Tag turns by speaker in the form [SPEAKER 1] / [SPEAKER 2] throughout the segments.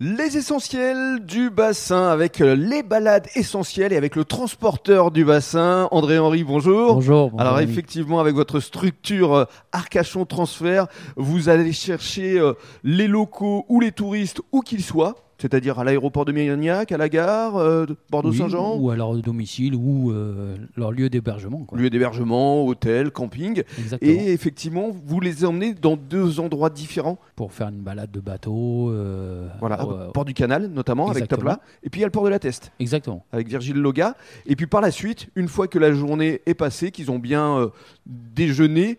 [SPEAKER 1] Les essentiels du bassin avec euh, les balades essentielles et avec le transporteur du bassin, André-Henri, bonjour.
[SPEAKER 2] Bonjour. bonjour,
[SPEAKER 1] Alors
[SPEAKER 2] Dominique.
[SPEAKER 1] effectivement, avec votre structure euh, Arcachon Transfert, vous allez chercher euh, les locaux ou les touristes, où qu'ils soient, c'est-à-dire à l'aéroport de Mérignac, à la gare, euh, de Bordeaux-Saint-Jean,
[SPEAKER 2] Oui, Ou alors au domicile ou euh, leur lieu d'hébergement. quoi.
[SPEAKER 1] lieu d'hébergement, hôtel, camping.
[SPEAKER 2] Exactement.
[SPEAKER 1] Et effectivement, vous les emmenez dans deux endroits différents.
[SPEAKER 2] Pour faire une balade de bateau. euh,
[SPEAKER 1] Voilà,
[SPEAKER 2] ouais, ouais.
[SPEAKER 1] port du canal notamment avec
[SPEAKER 2] Exactement.
[SPEAKER 1] Topla. Et puis il y a le port de la Teste.
[SPEAKER 2] Exactement.
[SPEAKER 1] avec Virgile Loga. Et puis par la suite, une fois que la journée est passée, qu'ils ont bien euh, déjeuné,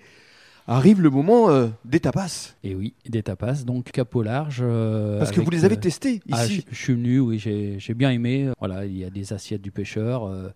[SPEAKER 1] arrive le moment euh, des tapas.
[SPEAKER 2] Et oui, des tapas. Donc, cap au large. euh,
[SPEAKER 1] Parce que
[SPEAKER 2] avec,
[SPEAKER 1] vous les avez
[SPEAKER 2] euh,
[SPEAKER 1] testés
[SPEAKER 2] ah,
[SPEAKER 1] ici.
[SPEAKER 2] je, je suis venu, oui, j'ai j'ai bien aimé. Voilà, il y a des assiettes du pêcheur euh,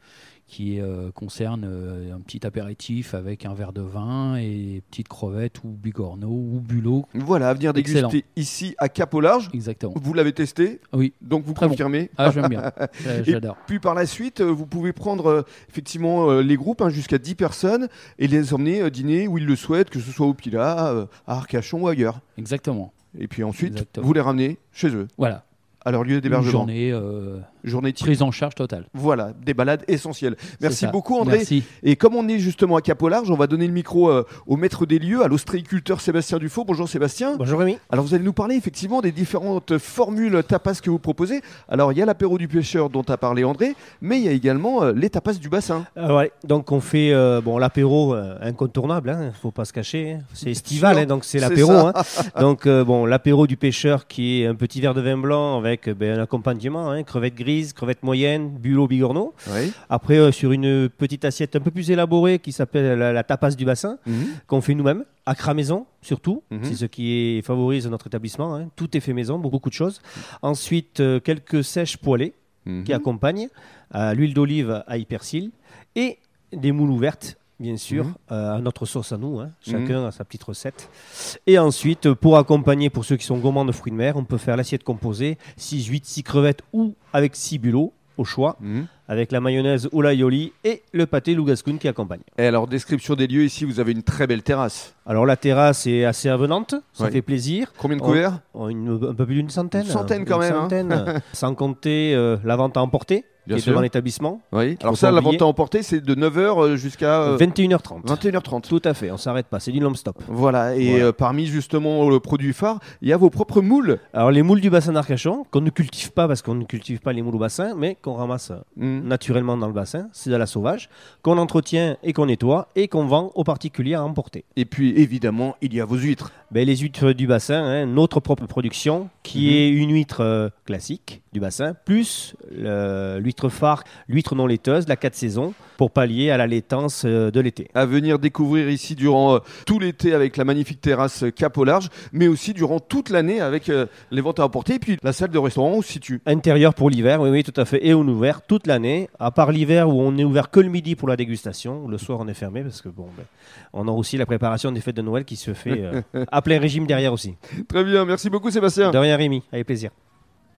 [SPEAKER 2] qui euh, concernent euh, un petit apéritif avec un verre de vin et petites crevettes ou bigorneaux ou bulots.
[SPEAKER 1] Voilà, à venir déguster
[SPEAKER 2] Excellent.
[SPEAKER 1] ici à Cap au Large.
[SPEAKER 2] Exactement.
[SPEAKER 1] Vous l'avez testé,
[SPEAKER 2] Oui.
[SPEAKER 1] donc vous
[SPEAKER 2] Très bon.
[SPEAKER 1] confirmez.
[SPEAKER 2] Ah, j'aime bien. Euh, J'adore.
[SPEAKER 1] Puis par la suite, euh, vous pouvez prendre euh, effectivement euh, les groupes hein, jusqu'à 10 personnes et les emmener euh, dîner où ils le souhaitent, que ce soit au Pila, euh, à Arcachon ou ailleurs.
[SPEAKER 2] Exactement.
[SPEAKER 1] Et puis ensuite,
[SPEAKER 2] Exactement.
[SPEAKER 1] vous les ramenez chez eux,
[SPEAKER 2] Voilà.
[SPEAKER 1] à leur lieu
[SPEAKER 2] Une
[SPEAKER 1] d'hébergement.
[SPEAKER 2] journée euh,
[SPEAKER 1] Journée type.
[SPEAKER 2] prise en charge totale.
[SPEAKER 1] Voilà, des balades essentielles. Merci
[SPEAKER 2] C'est ça.
[SPEAKER 1] beaucoup André.
[SPEAKER 2] Merci.
[SPEAKER 1] Et comme on est justement à Cap au large, on va donner le micro euh, au maître des lieux, à l'ostréiculteur Sébastien Dufault. Bonjour Sébastien.
[SPEAKER 3] Bonjour Rémi.
[SPEAKER 1] Alors vous allez nous parler effectivement des différentes formules tapas que vous proposez. Alors il y a l'apéro du pêcheur dont a parlé André, mais il y a également euh, les tapas du bassin.
[SPEAKER 3] Euh, ouais, donc on fait euh, bon l'apéro euh, incontournable, hein, faut pas se cacher. hein. C'est estival, hein, donc c'est
[SPEAKER 1] C'est
[SPEAKER 3] l'apéro.
[SPEAKER 1] ça.
[SPEAKER 3] hein. Donc euh, bon l'apéro du pêcheur qui est un petit verre de vin blanc avec euh, ben, un accompagnement, hein, crevettes grises, crevettes moyennes, bulot bigorneau.
[SPEAKER 1] Oui.
[SPEAKER 3] Après euh, sur une petite assiette un peu plus élaborée qui s'appelle la, la tapas du bassin qu'on fait nous-mêmes à cra maison surtout.
[SPEAKER 1] Mhm.
[SPEAKER 3] C'est ce qui est- favorise notre établissement. hein. Tout est fait maison, beaucoup de choses. Ensuite euh, quelques sèches poêlées.
[SPEAKER 1] Mhm.
[SPEAKER 3] qui accompagne euh, l'huile d'olive à hypercile et des moules ouvertes, bien sûr,
[SPEAKER 1] Mhm.
[SPEAKER 3] euh, à notre sauce à nous. hein. Chacun a sa petite recette. Et ensuite, euh, pour accompagner, pour ceux qui sont gourmands de fruits de mer, on peut faire l'assiette composée 6, 8, 6 crevettes ou avec 6 bulots au choix, avec la mayonnaise ou l'aioli et le pâté lougascoun qui accompagne.
[SPEAKER 1] Et alors description des lieux ici, vous avez une très belle terrasse.
[SPEAKER 3] Alors la terrasse est assez avenante, ça
[SPEAKER 1] Ouais.
[SPEAKER 3] fait plaisir.
[SPEAKER 1] Combien de
[SPEAKER 3] Oh.
[SPEAKER 1] couverts
[SPEAKER 3] Oh, une- un peu plus d'une centaine.
[SPEAKER 1] Une centaine quand
[SPEAKER 3] Une
[SPEAKER 1] même, hein.
[SPEAKER 3] centaine. Sans compter euh, la vente à emporter,
[SPEAKER 1] Bien
[SPEAKER 3] qui est
[SPEAKER 1] sûr.
[SPEAKER 3] devant l'établissement.
[SPEAKER 1] Oui.
[SPEAKER 3] Faut
[SPEAKER 1] Alors
[SPEAKER 3] pas
[SPEAKER 1] ça, la
[SPEAKER 3] oublier.
[SPEAKER 1] vente à emporter, c'est de 9h jusqu'à euh,
[SPEAKER 3] Euh, 21h30.
[SPEAKER 1] 21h30.
[SPEAKER 3] Tout à fait, on s'arrête pas, c'est du non-stop.
[SPEAKER 1] Voilà, et
[SPEAKER 3] Voilà.
[SPEAKER 1] euh, parmi justement le produit phare, il y a vos propres moules.
[SPEAKER 3] Alors les moules du bassin d'Arcachon, qu'on ne cultive pas parce qu'on ne cultive pas les moules au bassin, mais qu'on ramasse euh,
[SPEAKER 1] Mhm.
[SPEAKER 3] naturellement dans le bassin, c'est à la sauvage, qu'on entretient et qu'on nettoie et qu'on vend aux particuliers à emporter.
[SPEAKER 1] Et puis évidemment, il y a vos huîtres.
[SPEAKER 3] Ben, les huîtres du bassin, hein, notre propre production, qui
[SPEAKER 1] Mhm.
[SPEAKER 3] est une huître euh, classique du bassin, plus le- l'huître phare, l'huître non laiteuse, la 4 saisons, pour pallier à la laitance euh, de l'été.
[SPEAKER 1] à venir découvrir ici durant euh, tout l'été avec la magnifique terrasse euh, Cap au large, mais aussi durant toute l'année avec euh, les ventes à emporter et puis la salle de restaurant où se situe.
[SPEAKER 3] Intérieur pour l'hiver, oui, oui, tout à fait. Et on est ouvert toute l'année, à part l'hiver où on est ouvert que le midi pour la dégustation. Le soir, on est fermé parce que, bon, ben, on a aussi la préparation des fêtes de Noël qui se fait euh, à plein régime derrière aussi.
[SPEAKER 1] Très bien, merci beaucoup Sébastien.
[SPEAKER 3] De rien, Rémi, avec plaisir.